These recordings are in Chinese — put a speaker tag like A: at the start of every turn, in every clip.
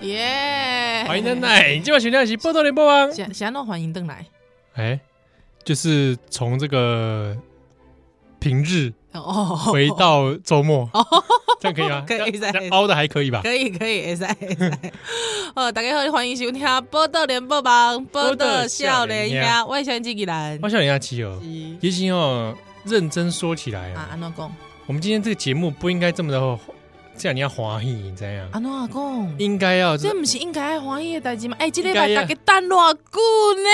A: 耶！
B: 欢迎蛋奶，今晚选料是波多联播王。
A: 想想弄欢迎邓来。
B: 哎，就是从这个平日
A: 哦，
B: 回到周末，这样可以吗？
A: 可以
B: 这样
A: 可以
B: 这样凹的还可以吧？
A: 可以可以，会使会 使。哦，大家好，欢迎收听《报道联播网》，报道少年呀，我是小机器人
B: 花。笑人家妻儿，
A: 是
B: 其实哦，认真说起来
A: 啊，
B: 啊，
A: 安怎讲？
B: 我们今天这个节目不应该这么的，这样你要欢喜，你怎样？
A: 安怎讲？
B: 应该要，
A: 啊嗯这不是应该爱欢喜的代志吗？哎，这礼
B: 应该
A: 拜
B: 呀
A: 大家等偌久
B: 应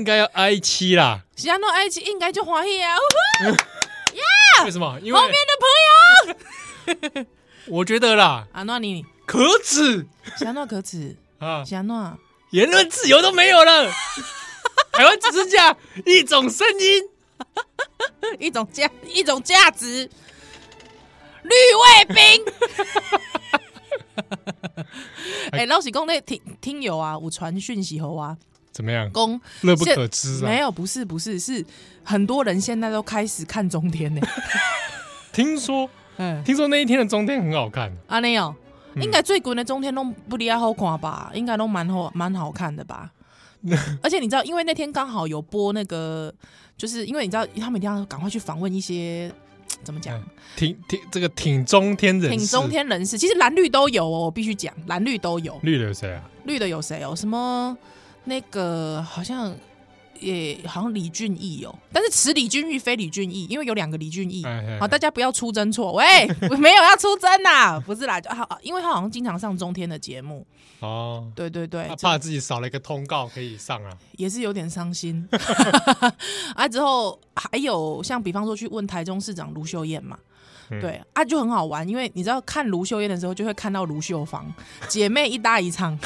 A: 呢？
B: 该要哀妻啦。
A: 是安怎爱情应该就欢喜啊！
B: 为什么？因为
A: 后面的朋友，
B: 我觉得啦，
A: 安怎你？
B: 可耻
A: 是安怎可耻？
B: 啊，
A: 是安怎？
B: 言论自由都没 有了，台湾只剩下一种声音。
A: 一种价一种价值。绿卫兵，哎、老实讲，那听听友啊，有传讯息后啊，
B: 怎么样？
A: 公
B: 乐不可支
A: 没
B: 啊！
A: 有，不是不是，是很多人现在都开始看中天呢、
B: 听说，
A: 嗯，
B: 听说那一天的中天很好看，
A: 阿内哦，应该最近的中天都不离啊好看吧，应该都蛮好蛮好看的吧。而且你知道，因为那天刚好有播那个，就是因为你知道，他们一定要赶快去访问一些怎么讲
B: 嗯，挺挺这个挺中天人 士，
A: 挺中天人士，其实蓝绿都有哦，我必须讲，蓝绿都有，
B: 绿的有谁啊？
A: 绿的有谁哦？什么那个好像也好像李俊毅有，但是此李俊毅非李俊毅，因为有两个李俊毅。
B: 哎
A: 嗯好，大家不要出征错，喂， 我没有要出征呐，不是啦，就好，因为他好像经常上中天的节目，
B: 哦，
A: 对对对
B: 他，怕自己少了一个通告可以上啊。
A: 也是有点伤心。啊，之后还有像比方说去问台中市长卢秀燕嘛，
B: 嗯
A: 对啊，就很好玩，因为你知道看卢秀燕的时候，就会看到卢秀芳姐妹一搭一唱，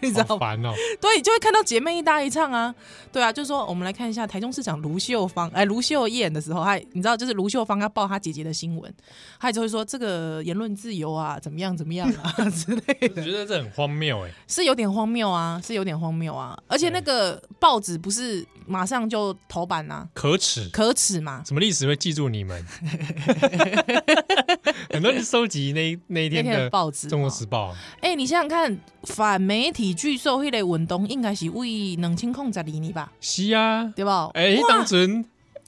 A: 你知道
B: 好
A: 吗？
B: 烦哦，
A: 对，就会看到姐妹一搭一唱啊，对啊，就说我们来看一下台中市长卢秀芳，哎，卢秀燕的时候，她你知道就是卢秀芳她报她姐姐的新闻，她也就会说这个言论自由啊，怎么样怎么样啊之类
B: 我
A: 的，
B: 觉得这很荒谬哎。
A: 是有点荒谬啊，是有点荒谬啊，而且那个报纸不是马上就头版啊，
B: 可耻！
A: 可耻嘛，
B: 什么历史会记住 你们？很多人收集那一那一
A: 那
B: 天
A: 天的
B: 的
A: 报
B: 《
A: 纸，
B: 中国
A: 哦
B: 时报》，啊
A: 哎、你想想看，反媒体巨兽迄个运动应该是为两千控十二年吧，
B: 是啊，
A: 对吧？
B: 哎，
A: 哇
B: 当纯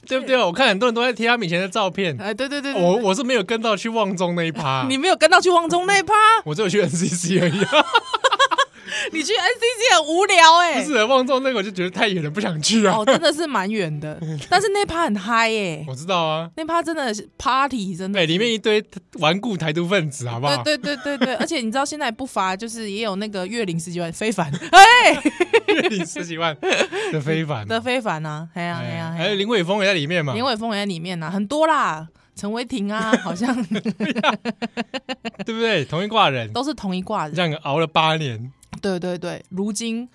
B: 对不对？我看很多人都在贴他们以前的照片，
A: 哎、对对对对
B: 我我是没有跟到去旺中那一趴，
A: 你没有跟到去旺中那一趴，
B: 我只有去 NCC 而已。
A: 你去 NCC 很无聊哎、
B: 不是旺中那个，我就觉得太远了，不想去啊。
A: 哦，真的是蛮远的，但是那一趴很嗨耶、
B: 我知道啊，
A: 那趴真的是 party 真的
B: 哎，
A: 是，
B: 里面一堆顽固台独分子，好不好？
A: 对对对对对，而且你知道现在不乏就是也有那个月龄十几万非凡，哎、
B: 月 领十几万的非 凡
A: 的非凡啊，哎呀哎呀，
B: 还
A: 哎
B: 有
A: 呀
B: 林伟峰也在里面嘛
A: 林，伟峰也在里面呐、啊，很多啦，陈伟霆啊，好像
B: 对不对？同一挂人，
A: 都是同一挂人。
B: 让人熬了八 年，
A: 对对对，如今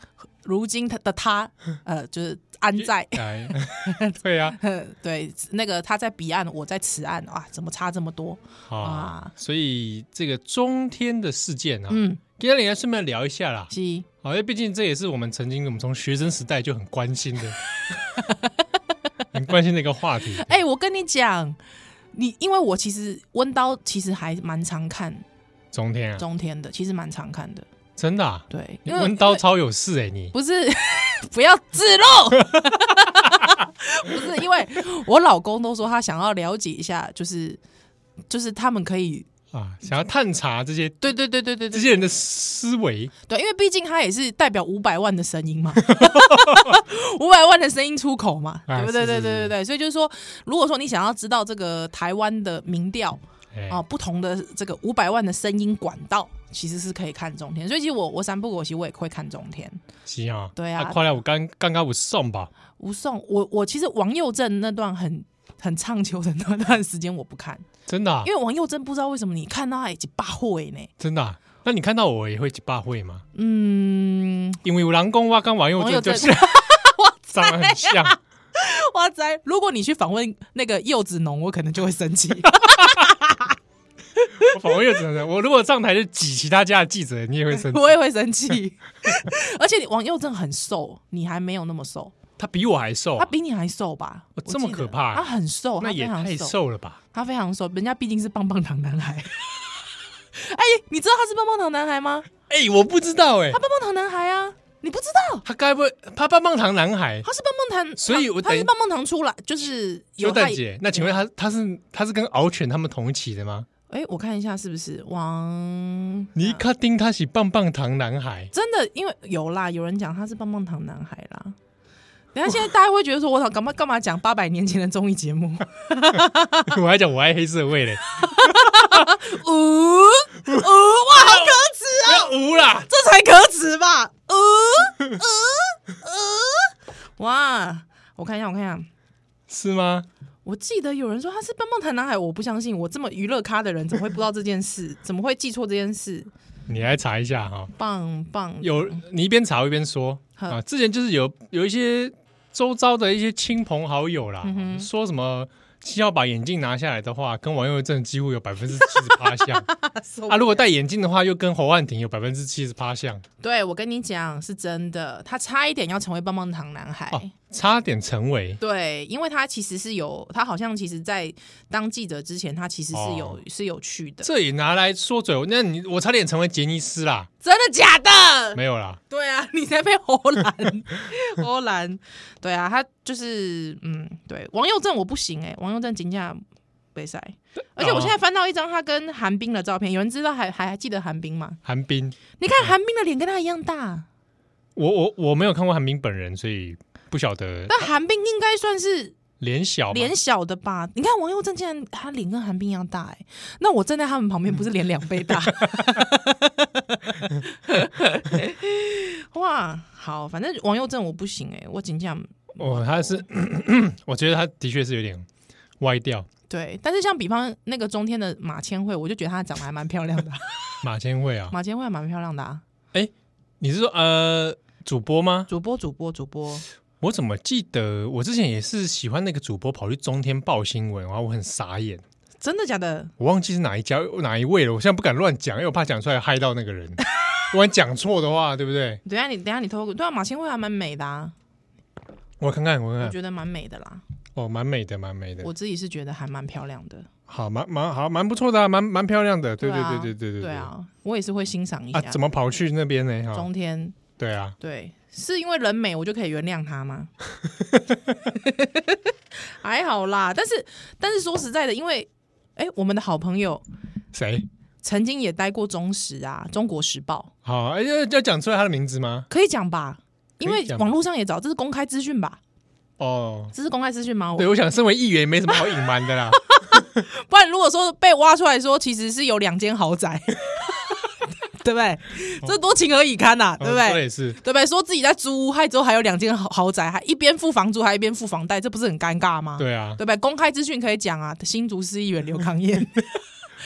A: 如今他的他， 呃，就是安在
B: 哎， 对啊，
A: 对那个他在彼岸，我在此岸啊，怎么差这么多？
B: 啊
A: 啊，
B: 所以这个中天的事件啊，
A: 嗯，
B: 今天你来顺便聊一下啦，
A: 是
B: 好，因为毕竟这也是我们曾经我们从学生时代就很关 心的，很关心的一个话题。
A: 哎、我跟你讲，你因为我其实温刀其实还蛮常看
B: 中天啊，
A: 中天的，其实蛮常看的，
B: 真的、啊，
A: 对，
B: 你
A: 因为
B: 文刀超有事哎、你
A: 不是 不要自露。 不是因为我老公都说他想要了解一下，就是就是他们可以
B: 啊，想要探查这些
A: 对对对对对
B: 这
A: 对
B: 些人的思维，
A: 对，因为毕竟他也是代表五百万的声音嘛，五百万的声音出口嘛，
B: 啊
A: 对不对？
B: 是
A: 对
B: 是
A: 对对对，所以就是说，如果说你想要知道这个台湾的民调
B: 哎、
A: 啊、不同的这个五百万的声音管道，其实是可以看中天。所以其实我我三不五时我也会看中天。
B: 是啊，
A: 对啊
B: 快来我刚刚刚我送吧，
A: 吴颂，我我其实王佑正那段很很唱秋的那段时间我不看，
B: 真的、啊
A: 因，为王佑正不知道为什么你看到他已经罢会呢。
B: 真的、啊。那你看到我也会去霸会吗？
A: 嗯，
B: 因为有狼公挖刚网友
A: 网
B: 就
A: 友
B: 就
A: 这
B: 是 长得很像，
A: 哇塞！如果你去访问那个柚子农，我可能就会生气。
B: 我访问又只能我如果上台就挤其他家的记者，你也会 生气。
A: 我也会生气。 而且王佑正很瘦，你还没有那么瘦，
B: 他比我还瘦啊、
A: 他比你还瘦吧？
B: 哦
A: 我记
B: 这么
A: 得
B: 可怕
A: 他很瘦，
B: 那
A: 他非
B: 也
A: 常
B: 太
A: 瘦，
B: 瘦了吧？
A: 他非常瘦，人家毕竟是棒棒糖男孩。 哎，你知道他是棒棒糖男孩吗？
B: 哎、我不知道哎、
A: 他棒棒糖男孩啊，你不知道
B: 他该不会他棒棒糖男孩？
A: 他是棒棒糖，
B: 所以我
A: 他他
B: 等于
A: 是棒棒糖出来，就是
B: 修
A: 有
B: 蛋
A: 害
B: 姐，那请问他他是他是跟敖犬他们同一起的吗？
A: 哎，我看一下是不是王？
B: 你一看丁他是棒棒糖男孩，
A: 真的，因为有啦，有人讲他是棒棒糖男孩啦。等一下，现在大家会觉得说，我操，干嘛干嘛讲八百年前的综艺节目？
B: 我还讲我爱黑社会嘞，
A: 呜呜，呃哇，好可耻啊！
B: 不要无啦，
A: 这才可耻吧？呃呜呜呜！哇，我看一下，我看一下，
B: 是吗？
A: 我记得有人说他是棒棒糖男孩，我不相信，我这么娱乐咖的人怎么会不知道这件事？怎么会记错这件事？
B: 你来查一下哈、
A: 棒棒
B: 有你一边查一边说
A: 好
B: 啊，之前就是有有一些周遭的一些亲朋好友啦，
A: 嗯哼
B: 说什么。要把眼镜拿下来的话，跟王佑正几乎有百分之七十 八像啊！如果戴眼镜的话，又跟侯汉廷有百分之七十八像
A: 对我跟你讲是真的，他差一点要成为棒棒糖男孩。
B: 哦、差点成为
A: 对，因为他其实是有，他好像其实，在当记者之前，他其实是有、
B: 哦
A: 是有去的，
B: 这也拿来说嘴。那你我差点成为杰尼斯啦，
A: 真的假的？
B: 没有啦，
A: 对啊， 你才被荷兰，荷兰，对啊，他就是嗯，对，王佑正我不行哎、王佑正评价被塞，而且我现在翻到一张他跟韩冰的照片，有人知道还还还记得韩冰吗？
B: 韩冰，
A: 你看韩冰的脸跟他一样大，
B: 我我我没有看过韩冰本人，所以不晓得
A: 但韩冰应该算是
B: 脸小吗
A: 脸小的吧？你看王佑正竟然他脸跟韩冰一样大哎、那我站在他们旁边不是脸两倍大？ 哇，好，反正王佑正我不行哎、我评价
B: 哦，他是， 我觉得他的确是有点歪掉。
A: 对，但是像比方那个中天的马千惠，我就觉得她长得还蛮漂亮的啊、
B: 马千惠啊，
A: 马千惠还蛮漂亮的啊，
B: 你是说呃主播吗？
A: 主播主播主播，
B: 我怎么记得我之前也是喜欢那个主播，跑去中天报新闻，然后我很傻眼，
A: 真的假的？
B: 我忘记是哪一家哪一位了，我现在不敢乱讲，因为我怕讲出来害到那 个人，万一讲错的话，对不对？
A: 等一下你等一下你偷个，对啊，马千惠还蛮美的啊，
B: 我看看，我
A: 我
B: 看看，
A: 觉得蛮美的啦，
B: 哦，蛮美的，蛮美的，
A: 我自己是觉得还蛮漂亮的，
B: 好，蛮蛮好，蛮不错的、啊，蛮蛮漂亮的，对对
A: 啊
B: 对对对对
A: 对，啊，我也是会欣赏一
B: 啊，
A: 下。
B: 怎么跑去那边呢？哈，
A: 中天
B: 对啊，
A: 对，是因为人美我就可以原谅她吗？ 还好啦，但是但是说实在的，因为哎，我们的好朋友
B: 谁？
A: 曾经也待过中时啊，《中国时报》。
B: 好，哎要要讲出来他的名字吗？
A: 可以讲吧？
B: 可以
A: 因为
B: 讲吧
A: 网络上也找，这是公开资讯吧？
B: 哦，
A: 这是公开资讯吗？我
B: 对，我想身为议员也没什么好隐瞒的啦。
A: 不然如果说被挖出来说，其实是有两间豪宅， 对不对？这多情何以堪呐、 对不
B: 哦哦说的
A: 对？
B: 也是，
A: 对不对？说自己在租屋，害之后还有两间豪豪宅，还一边付房租，还一边付房贷，这不是很尴尬吗？
B: 对啊，
A: 对不对？公开资讯可以讲啊，新竹市议员刘康 燕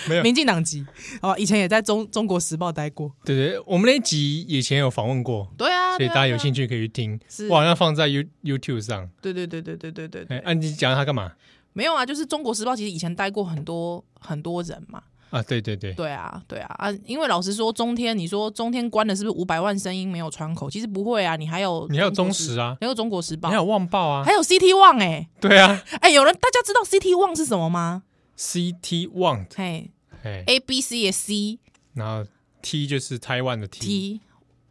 B: 没有，
A: 民进党籍，哦，以前也在中中国时报待过。
B: 对对，我们那一集以前有访问过，
A: 对啊，
B: 所以大家有
A: 趣？
B: 兴趣可以去听
A: 是。
B: 我好像放在 You YouTube 上。
A: 对对对对对对对
B: 哎，安吉讲他干嘛
A: 没有啊，就是中国时报其实以前待过很多很多人嘛。
B: 啊？对对对，
A: 对啊，对啊，啊，因为老实说，中天，你说中天关的是不是五百万声音没有窗口？其实不会啊，你还有
B: 你还有
A: 中
B: 忠
A: 国时，
B: 实啊，
A: 还有中国时报，
B: 你还有旺报啊
A: 还，有 CT One 哎、
B: 对啊
A: 哎、有人大家知道 CT One 是什么吗？
B: ，CT Want，
A: 嘿
B: 哎，
A: ，A B C 也 C
B: 然后 T 就是台湾的 T。
A: T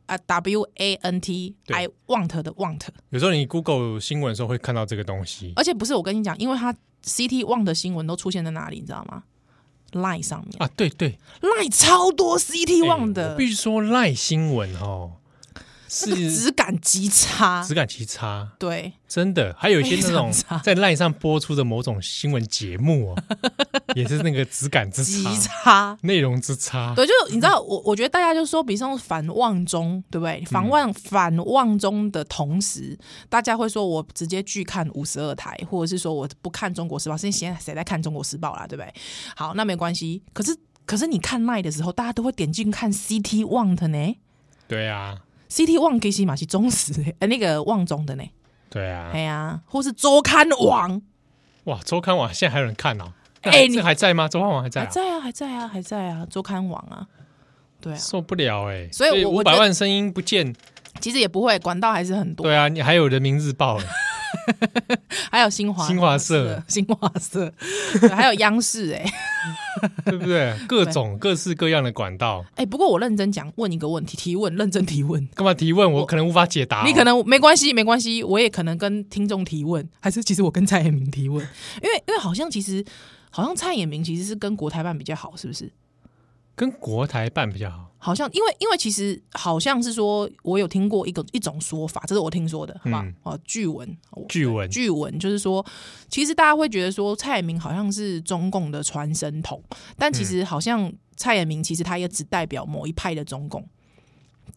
A: 啊 W A N T
B: 对
A: I want 的 want，
B: 有时候你 Google 新闻的时候会看到这个东西
A: 而且不是我跟你讲，因为它 CT One 的新闻都出现在哪里，你知道吗？Line 上面、
B: 啊，对对，
A: l i n e 超多 CT
B: 哎
A: One
B: 我
A: 的，
B: 必须说赖新闻哦，
A: 那个
B: 是
A: 质感啊极差
B: 质，感极差。
A: 对。
B: 真的，还有一些那种
A: 非常差
B: 在 LINE 上播出的某种新闻节目 哦，也是那个质感之
A: 极
B: 差，
A: 差，
B: 内容之差。
A: 对，就是你知道，我我觉得大家就说，比如说反望中，对不对？反望、反望中的同时，大家会说我直接拒看五十二台，或者是说我不看中国时报，现在现在谁在看中国时报啦，对不对？好，那没关系。可是可是你看麦的时候，大家都会点进看 CT One 的呢
B: 对啊，
A: ，CT One 其实嘛是中时的，呃，那个望中的呢，
B: 对啊
A: 哎，呀、或是周刊网。
B: 哇，周刊网现在还有人看哦。那
A: 哎
B: 还
A: 你
B: 这个还在吗？周刊网还在
A: 还
B: 啊？
A: 在啊，还在啊，还在啊，周刊网啊，对啊，
B: 受不了哎！
A: 所以我
B: 五
A: 我觉
B: 百
A: 得
B: 万声音不见，
A: 其实也不会，管道还是很多。
B: 对啊，你还有人民日报 哎，
A: 还有新华
B: 新华社，
A: 新华社，对还有央视哎、
B: 对不对？各种各式各样的管道，
A: 哎、不过我认真讲，问一个问题，提问，认真提问。
B: 干嘛提问？我可能无法解答哦、
A: 你可能没关系，没关系，我也可能跟听众提问，还是其实我跟蔡衍明提问， 因为因为好像其实好像蔡衍明其实是跟国台办比较好，是不是？
B: 跟国台办比较好。
A: 好像因为因为其实好像是说，我有听过一个一种说法，这是我听说的，好吧？
B: 嗯
A: 哦，据闻，我
B: 据闻
A: 据闻就是说，其实大家会觉得说蔡衍明好像是中共的传声筒，但其实好像蔡衍明其实他也只代表某一派的中共，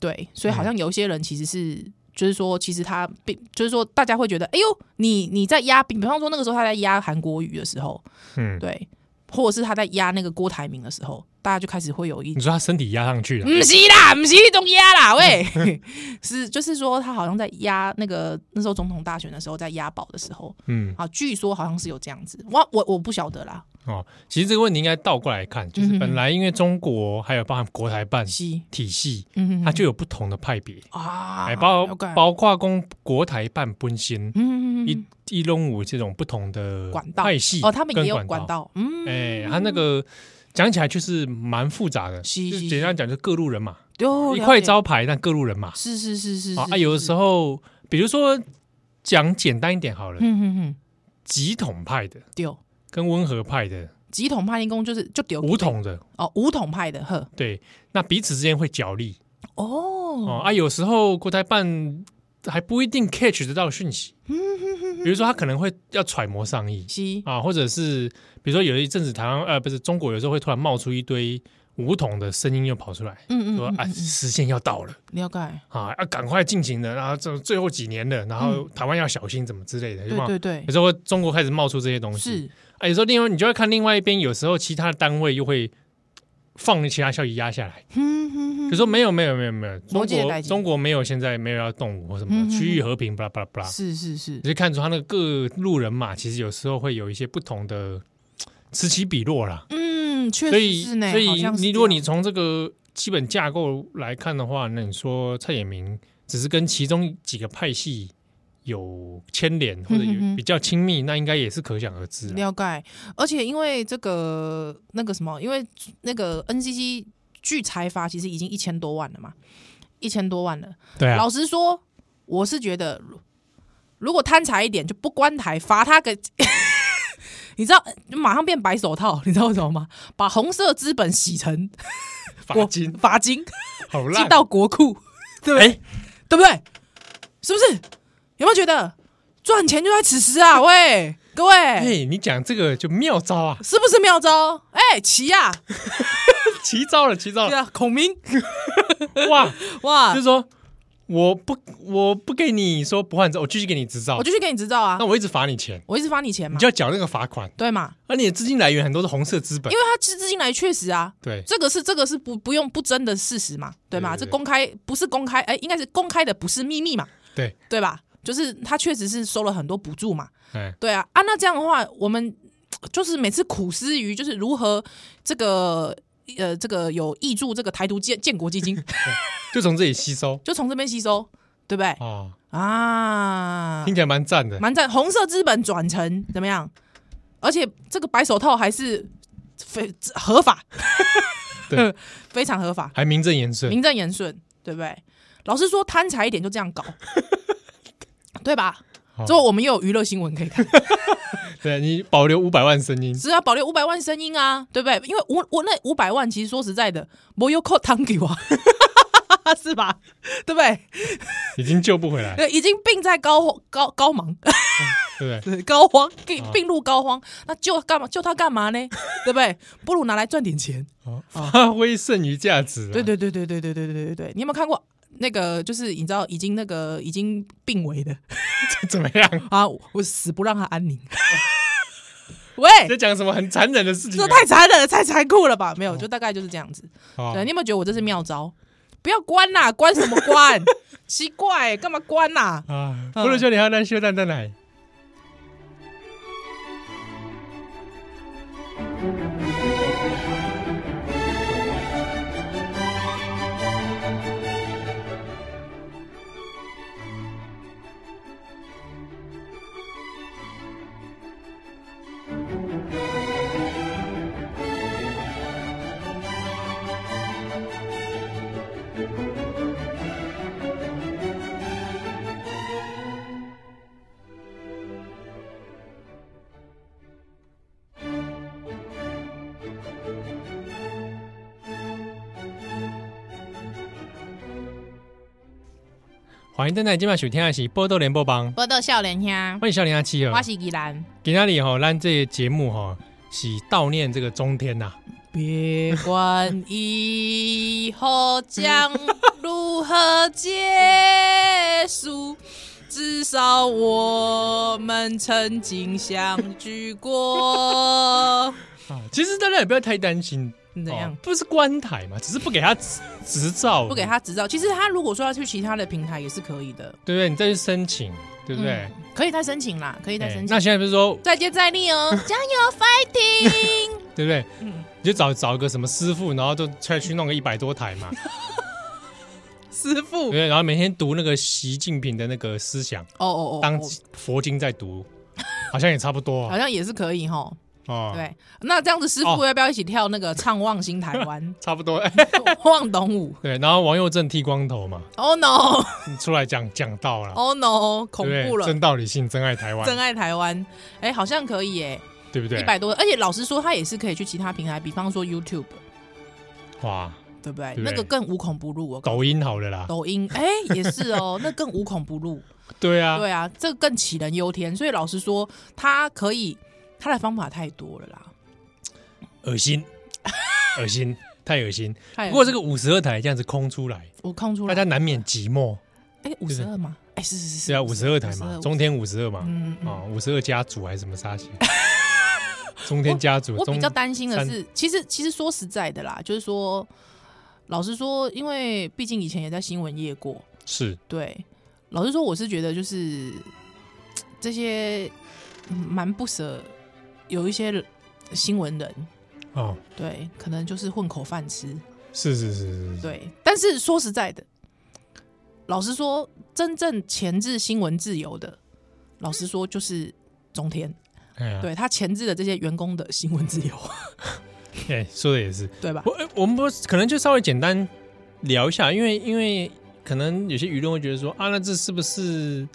A: 对，所以好像有一些人其实是。就是说，其实他并就是说，大家会觉得，哎呦，你你在压，比方说那个时候他在压韩国语的时候，
B: 嗯，
A: 对，或者是他在压那个郭台铭的时候，大家就开始会有一
B: 你说他身体压上去了，
A: 不是啦，不是那种压啦，喂， 是就是说他好像在压那个那时候总统大选的时候，在押宝的时候
B: 嗯，
A: 啊，据说好像是有这样子，我我我不晓得啦，
B: 哦，其实这个问题应该倒过来看，
A: 嗯
B: 就是本来因为中国还有包含国台办
A: 西，
B: 体系，
A: 嗯
B: 它就有不同的派别，
A: 啊，
B: 还哎包
A: 了解，
B: 包括公国台办本身
A: 嗯，
B: 一一龙五这种不同的
A: 管道
B: 派系
A: 哦，他们也有
B: 跟
A: 管道，嗯，
B: 哎、他那个讲起来就是蛮复杂的，
A: 是
B: 就是
A: 是
B: 简单讲就各路人马，
A: 有
B: 一块，招牌但各路人马
A: 了解是是是是是
B: 啊啊，有的时，候比如说讲简单一点好了
A: 是，嗯嗯嗯，
B: 极统派的
A: 丢
B: 跟温和派的，
A: 几桶派立功就是就丢
B: 武统的，
A: 哦，五桶派的呵，
B: 对，那彼此之间会角力哦
A: 哦，
B: 啊，有时候国台办还不一定 catch 得到讯息，
A: 嗯
B: 比如说他可能会要揣摩上意
A: 西，
B: 啊，或者是比如说有一阵子台湾呃不是中国有时候会突然冒出一堆武统的声音又跑出来。
A: 嗯嗯
B: 说
A: 嗯，
B: 啊，时限要到了
A: 了解，
B: 啊，要赶快进行的，然后这最后几年了，然后台湾要小心怎么之类的，有没
A: 嗯对对
B: 有
A: 对
B: 有，时候中国开始冒出这些东西，
A: 是，
B: 啊，有时候另外你就会看另外一边，有时候其他单位又会放其他消息压下来，
A: 嗯嗯嗯
B: 就说没有没有没有没有，中
A: 我记得
B: 国
A: 代志
B: 中国没有现在没有要动武或什么
A: 嗯嗯嗯嗯
B: 区域和平，巴拉巴拉巴拉，
A: 是是是
B: 啊你，就看出他那个各路人马其实有时候会有一些不同的此起彼落啦，
A: 嗯，确
B: 所
A: 实
B: 以
A: 是呢。
B: 所
A: 好
B: 以
A: 像是这
B: 你如果
A: 样
B: 你从这个基本架构来看的话，那你说蔡衍明只是跟其中几个派系有牵连或者
A: 嗯嗯
B: 有
A: 嗯
B: 比较亲密，那应该也是可想而知啦。
A: 了解，而且因为这个那个什么，因为那个 NCC 据财阀其实已经一千多万了嘛，一千多万了。
B: 对啊，
A: 老实说，我是觉得如果贪财一点，就不关台，罚他个。 你知道，就马上变白手套，你知道为什么吗？把红色资本洗成
B: 罚
A: 国
B: 金
A: 罚金
B: 好
A: 寄
B: 烂，
A: 到国库， 对不对？
B: 哎，
A: 对不对？是不是？有没有觉得赚钱就在此时啊？喂，各位，
B: 哎，你讲这个就妙招啊，
A: 是不是妙招？哎、奇呀、
B: 奇招了，奇招
A: 对
B: 了，
A: 啊，孔明，啊
B: 哇！
A: 哇
B: 哦就是，说我不我不给你说不换照，我继续给你执照
A: 我，就去给你执照啊
B: 哦那，我一直罚你钱，
A: 我一直发你钱
B: 你
A: 嘛
B: 就，要缴那个罚款，
A: 对嘛？
B: 而你的资金来源很多是红色资本
A: 因，为他资资金来确实啊，
B: 对，
A: 这个是这个是不不用不争的事实嘛，对嘛？
B: 对对对
A: 这公开不是公开，哎、应该是公开的，不是秘密嘛，
B: 对，
A: 对吧？就是他确实是收了很多补助嘛，
B: 哎，
A: 对啊，啊，那这样的话，我们就是每次苦思于就是如何这个呃这个有挹注这个台独建建国基金，
B: 就从这里吸收
A: 就从这边吸收，对不对？
B: 哦，
A: 啊
B: 听，起来蛮赞的，
A: 蛮赞，红色资本转成怎么样？而且这个白手套还是非合法，
B: 对，
A: 非常合法，
B: 还名正言顺，
A: 名正言顺，对不对？老实说，贪财一点就这样搞，对吧？
B: 好
A: 之后我们又有娱乐新闻可以看。
B: 对你保留五百万声音，
A: 只要保留五百万声音啊，对不对？因为我我那五百万，其实说实在的，没有靠汤给我， 是吧？对不对？
B: 已经救不 回来，
A: 对，已经病在高高高忙，
B: 对不对？
A: 对高荒，病
B: 啊
A: 病入膏肓，那救干嘛？救他干嘛呢？对不对？不如拿来赚点钱。
B: 哦发挥剩余价值，
A: 啊
B: 啊
A: 对，对对对对对对对对对，你有没有看过那个？就是你知道已经那个已经病危的
B: 怎么样？
A: 啊，我我死不让他安宁。喂，
B: 你在讲什么很残忍的事情啊？
A: 哎这太残忍了，太残酷了吧？没有，就大概就是这样子。
B: 哦
A: 对，你有没有觉得我这是妙招？不要关呐、关什么关？奇怪、干嘛关呐、
B: 啊！
A: 嗯
B: 不如就你还在修蛋蛋奶。
C: Thank
B: 欢迎邓奶今晚收听的是《波多联播帮》，
A: 我到笑脸兄，
B: 欢迎小林阿七哦儿
A: 我。是宜兰，
B: 今天里吼，咱这个节目吼是悼念这个中天呐、
A: 别管以后将如何结束，至少我们曾经相聚过。
B: 啊。其实大家也不要太担心，
A: 哦怎样
B: 哦？不是关台嘛，只是不给他执执照，
A: 不给，他执照，其实他如果说要去其他的平台也是可以的，
B: 对不对？你再去申请，对不对？
A: 嗯可以再申请啦，可以再
B: 哎
A: 申请。
B: 那现在不是说
A: 再接再厉哦，加油，fighting！
B: 对不对？
A: 嗯
B: 你就找找个什么师傅，然后就再去弄个一百多台
A: 嗯
B: 嘛，
A: 师
B: 对
A: 傅
B: 不，对？然后每天读那个习近平的那个思想，
A: 哦哦哦，
B: 当
A: 哦
B: 佛经在读，好像也差不多啊
A: 好像也是可以哈。
B: 哦。，
A: 对，那这样子师傅
B: 哦
A: 要不要一起跳那个唱《望星台湾
B: 差不多。》
A: 望董舞
B: 对，然后王佑正剃光头嘛，
A: ？Oh no！Oh
B: 你出来讲讲道了，
A: no！恐哦
B: 对不对
A: 怖了，
B: 真道理性，真爱台湾，
A: 真爱台湾。哎，好像可以耶，
B: 对不对
A: 一？百多，而且老实说，他也是可以去其他平台，比方说 YouTube，
B: 哇，
A: 对不对？
B: 对
A: 那个更无孔不入，我告
B: 抖音好了啦，
A: 抖音，哎，也是 哦，那更无孔不入。
B: 对啊，
A: 对啊，这更杞人忧天。所以老实说，他可以，他的方法太多了啦。
B: 恶心，恶心，太恶心。
A: 太
B: 不过这个五十二台这样子空出来，
A: 我空出
B: 大
A: 来，
B: 家难免寂寞，
A: 哎，五十二嘛，哎，是是是
B: 是啊，五十二台嘛，
A: 52
B: 中天五十二嘛，
A: 嗯嗯。
B: 啊，五十二家族还是什么沙 县，中天家族，
A: 我
B: 中
A: 比较担心的
B: 三
A: 是，其实其实说实在的啦，就是说，老实说，因为毕竟以前也在新闻业过，
B: 是
A: 对，老实说，我是觉得就是这些嗯蛮不舍，有一些新闻人，
B: 哦，
A: 对，可能就是混口饭吃，
B: 是是是是，是，
A: 对，但是说实在的，老实说，真正前置新闻自由的，老实说就是中天，
B: 哎呀，
A: 对他前置的这些员工的新闻自由，
B: 哎，说的也是，
A: 对吧？
B: 我呃我们不可能就稍微简单聊一下，因为因为可能有些舆论会觉得说啊，那这是不是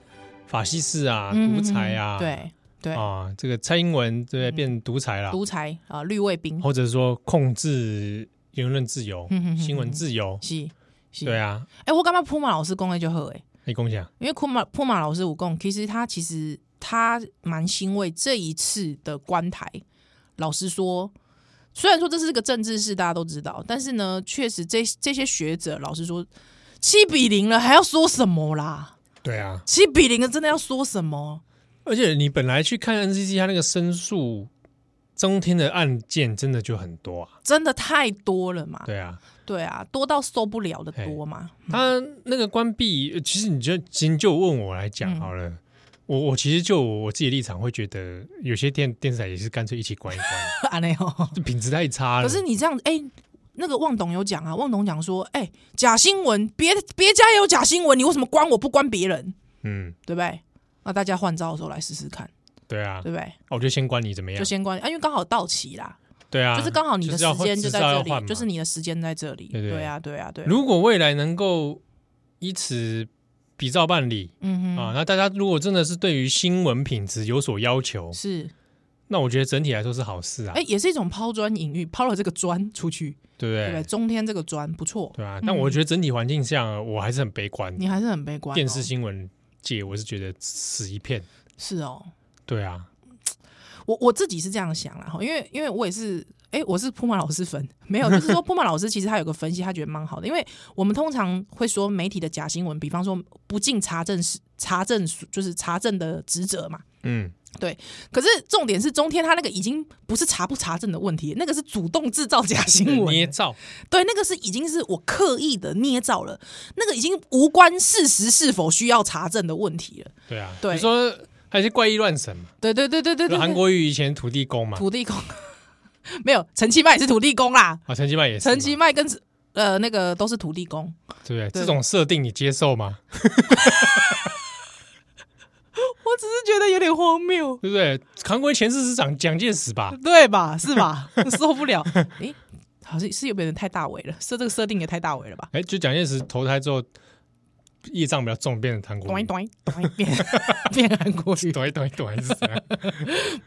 B: 法西斯啊、
A: 嗯
B: 独裁啊？
A: 对对，
B: 啊，这个蔡英文对不对哦
A: 嗯
B: 变独裁了，
A: 独裁啊，绿卫兵，
B: 或者说控制言论自由
A: 嗯哼哼、哼
B: 新闻自由，
A: 是是，
B: 对
A: 啊。
B: 啊，
A: 哎，我感觉普马老师讲的就好哎，
B: 你共享
A: 因为普马普马老师有讲，其实他其实他蛮欣慰这一次的观台，老实说。虽然说这是个政治事，大家都知道，但是呢，确实这这些学者，老实说，七比零了，还要说什么啦？
B: 对啊，
A: 七比零了，真的要说什么？
B: 而且你本来去看 NCC 它那个申诉中天的案件真的就很多啊，
A: 真的太多了嘛？
B: 对啊，
A: 对啊，多到受不了的多嘛？
B: 他那个关闭，呃其实你就其实就问我来讲
A: 嗯
B: 好了，我我其实就我自己的立场会觉得，有些电电视台也是干脆一起关一 关，
A: 安内哦，
B: 这品质太差了。
A: 可是你这样，哎、那个旺董有讲啊，旺董讲说，哎、假新闻，别别家也有假新闻，你为什么关我不关别人？
B: 嗯，
A: 对不对？那大家换招的时候来试试看，
B: 对啊，
A: 对不对？
B: 我就先关你怎么样
A: 就？先关啊，因为刚好到期啦，
B: 对啊，
A: 就是刚好你的
B: 是要
A: 时间就在这
B: 是要换
A: 里，
B: 嘛
A: 就是你的时间在这里。
B: 对对对
A: 对啊，对啊，对啊。
B: 如果未来能够以此比照办理
A: 嗯哼，
B: 啊，那大家如果真的是对于新闻品质有所要求，
A: 是，
B: 那我觉得整体来说是好哦事啊
A: 哎、，也是一种抛砖引玉，抛了这个砖出去，
B: 对不
A: 对不对？
B: 对？
A: 中天这个砖不错，
B: 对啊，但我觉得整体环境下，我还是很悲观。
A: 你还是很悲观、哦。
B: 电视新闻界，我是觉得死一片。
A: 是哦，
B: 对啊，
A: 我我自己是这样想啦，哈因为因为我也是，哎、我是铺马老师粉，没有，就是说铺马老师其实他有个分析，他觉得蛮好的，因为我们通常会说媒体的假新闻，比方说不尽查证时查证就是查证的职责嘛。
B: 嗯，
A: 可是重点是中天他那个已经不是查不查证的问题，那个是主动制造假新闻，
B: 捏造，
A: 对，那个是已经是我刻意的捏造了，那个已经无关事实是否需要查证的问题了。
B: 对啊，
A: 对
B: 你说还是怪异乱神嘛？
A: 对对对对对对，
B: 韩
A: 对
B: 国瑜以前土 地公嘛，
A: 土地公没有陈其迈也是土地公啦，
B: 啊，陈其迈也是嘛，
A: 陈其迈跟呃那个都是土地公，
B: 对
A: 对
B: 不对？这种设定你接受吗？
A: 我只是觉得有点荒谬，
B: 对不对？韩国瑜前世是长蒋介石吧？
A: 对吧？是 吧？受不了，诶、好像是有点太大尾了，设这个设定也太大尾了吧？
B: 哎，就蒋介石投胎之后业障比较重，变成韩国
A: 短
B: 语，
A: 短短变 变韩国语，
B: 短短短是怎样？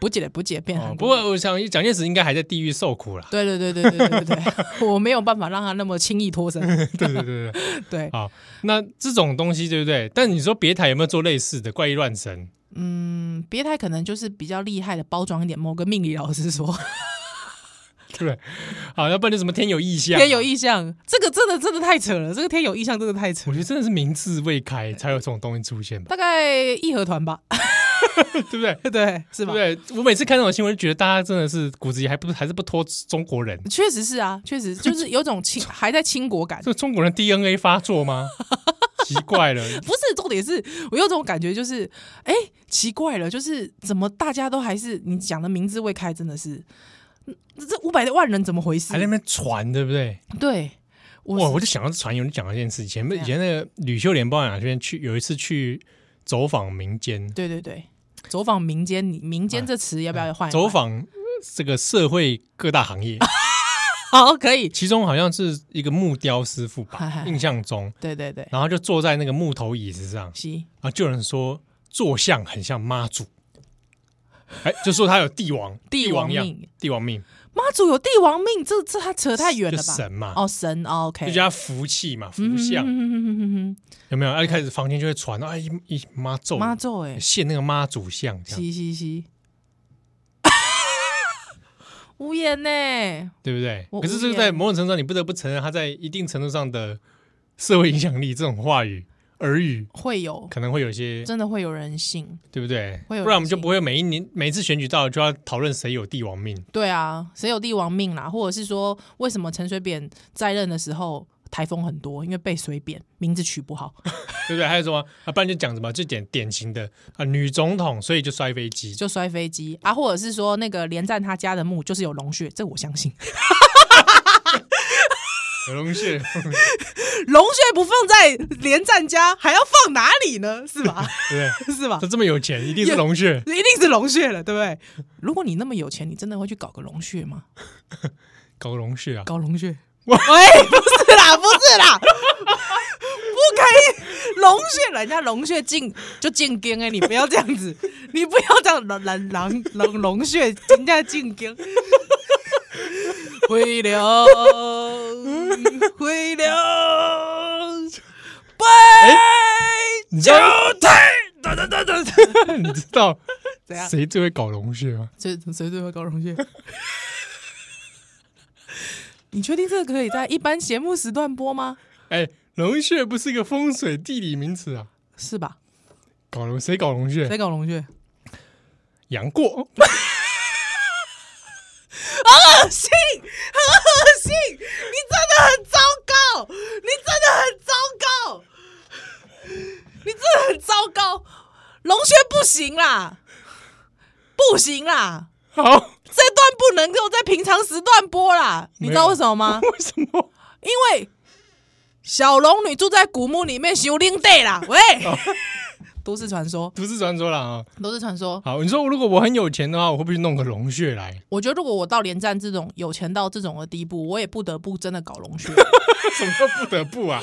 A: 不解不解 变
B: 哦
A: 韩
B: 不
A: 国语。
B: 过我想蒋介石应该还在地狱受苦 啦。
A: 对对对对对对对对， 我没有办法让他那么轻易脱身。
B: 对对对对，
A: 对，
B: 好， 那这种东西对不对？但你说别台有没有做类似的怪异乱神？
A: 嗯，别台可能就是比较厉害的包装一点。某个命理老师说，
B: 对不对？ 好，要不然就什么天有异象、啊
A: 天有，异象，这个真的真的太扯了，这个天有异象真的太扯
B: 我
A: 了。
B: 觉得真的是明智未开才有这种东西 出现吧，
A: 大概义和团吧，
B: 对不对？
A: 对，是
B: 对不
A: 吧？
B: 对？我每次看这种新闻，就觉得大家真的是骨子里还不还是不脱中国 人，
A: 确实是啊，确 实就是有种亲还在亲国感。
B: 这中国人 DNA 发 作吗？奇怪了，
A: 不是重点是，我有种感觉，就是哎、奇怪了，就是怎么大家都还是你讲的名字未开，真的是嗯这五百万人怎么回事
B: 还？在那边传，对不对？
A: 对，我
B: 哇，
A: 是啊
B: 我就想到传言，我就讲到一件事，以前
A: 怎样
B: 以前那个吕秀莲包养这边去有一次去走访民间，
A: 对对对，走访民间，你民间这词要不要换一换？
B: 哎走访呃这个社会各大行业，
A: 好，可以。
B: 其中好像是一个木雕师傅
A: 嗨嗨
B: 吧，
A: 嗨
B: 印象中，
A: 对对对，
B: 然后就坐在那个木头椅子上，
A: 西
B: 啊，就有人说坐相很像 妈祖，哎，就说他有帝王
A: 帝王
B: 王样
A: 命，
B: 帝王命
A: 妈祖有帝王命，这这他扯太远了
B: 就
A: 吧？
B: 神啊嘛，
A: 哦神哦，OK，
B: 就叫他福气嘛，福相
A: 嗯
B: 有没有？啊，一开始房间就会传，哎，一一妈咒，
A: 妈祖哎，
B: 现那个妈祖像这样，
A: 西西西， 无言呢。
B: 对不对
A: 我？
B: 可是
A: 无
B: 这个
A: 言
B: 在某种程度上，你不得不承认他在一定程度上的社会影响力，这种话语耳语
A: 会有，
B: 可能会有一些，
A: 真的会有人信。
B: 对不对？不
A: 会有
B: 然我们
A: 人
B: 就
A: 性
B: 不会每一年每一次选举到了就要讨论谁有帝王命，
A: 对啊，谁有帝王命啦？或者是说，为什么陈水扁在任的时候台风很多？因为被水扁，名字取不好。
B: 对不对？还有什么啊？不然就讲什么，就典典型的啊女总统，所以就摔飞机，
A: 就摔飞机啊，或者是说那个连战他家的墓就是有龙穴，这我相信。
B: 有荣幸。
A: 龙穴不放在连战家，还要放哪里呢？是吧？
B: 对不
A: 是吧
B: 对？他？这么有钱，一定是龙穴。
A: 一定是龙穴了，对不对？如果你那么有钱，你真的会去搞个龙穴吗？
B: 搞龙穴啊！
A: 搞龙穴？ 喂，不是啦，不是啦，不可以龙穴，人家龙穴进就进京哎，你不要这样子，你不要这样狼狼狼狼龙穴，人家进京。回凉，回凉，拜
B: 哎你知
A: 九
B: 道，
A: 台，
B: 你知道
A: 怎样？
B: 谁最会搞龙穴吗？
A: 谁谁最会搞龙 穴？你确定这个可以在一般节目时段播吗？
B: 哎，龙穴不是一个风水地理名词啊！
A: 是吧？
B: 搞龙谁搞龙穴？
A: 谁搞龙穴？
B: 杨过，
A: 恶心，很恶心！你真的很糟糕，你真的很糟糕，你真的很糟糕。龙轩不行啦，不行啦，
B: 好，
A: 这段不能够在平常时段播啦。你知道为什么吗？
B: 为什么？
A: 因为小龙女住在古墓里面修灵地啦。喂，都市传说，
B: 不是传说了啊！
A: 都市传说。
B: 好，你说如果我很有钱的话，我会不会去弄个龙穴来？
A: 我觉得如果我到连战这种有钱到这种的地步，我也不得不真的搞龙穴。
B: 什么叫不得不啊？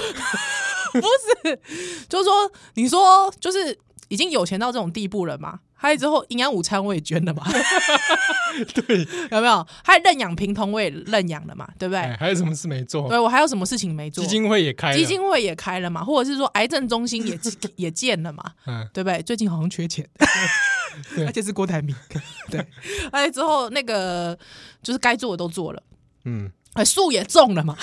A: 就是说，你说就是已经有钱到这种地步了嘛？还有之后，营养午餐我也捐了嘛？
B: 对，
A: 有没有？还有认养平童我也认养了嘛？对不对？
B: 哎，还有什么事没做？
A: 对我还有什么事情没做？
B: 基金会也开了，
A: 基金会也开了嘛？或者是说癌症中 心也也建了嘛？
B: 嗯，
A: 对不对？最近好像缺钱，
B: 对
A: 而且是郭台 铭。对，而且之后那个就是该做的都做了，
B: 嗯，
A: 哎，树也种 了嘛。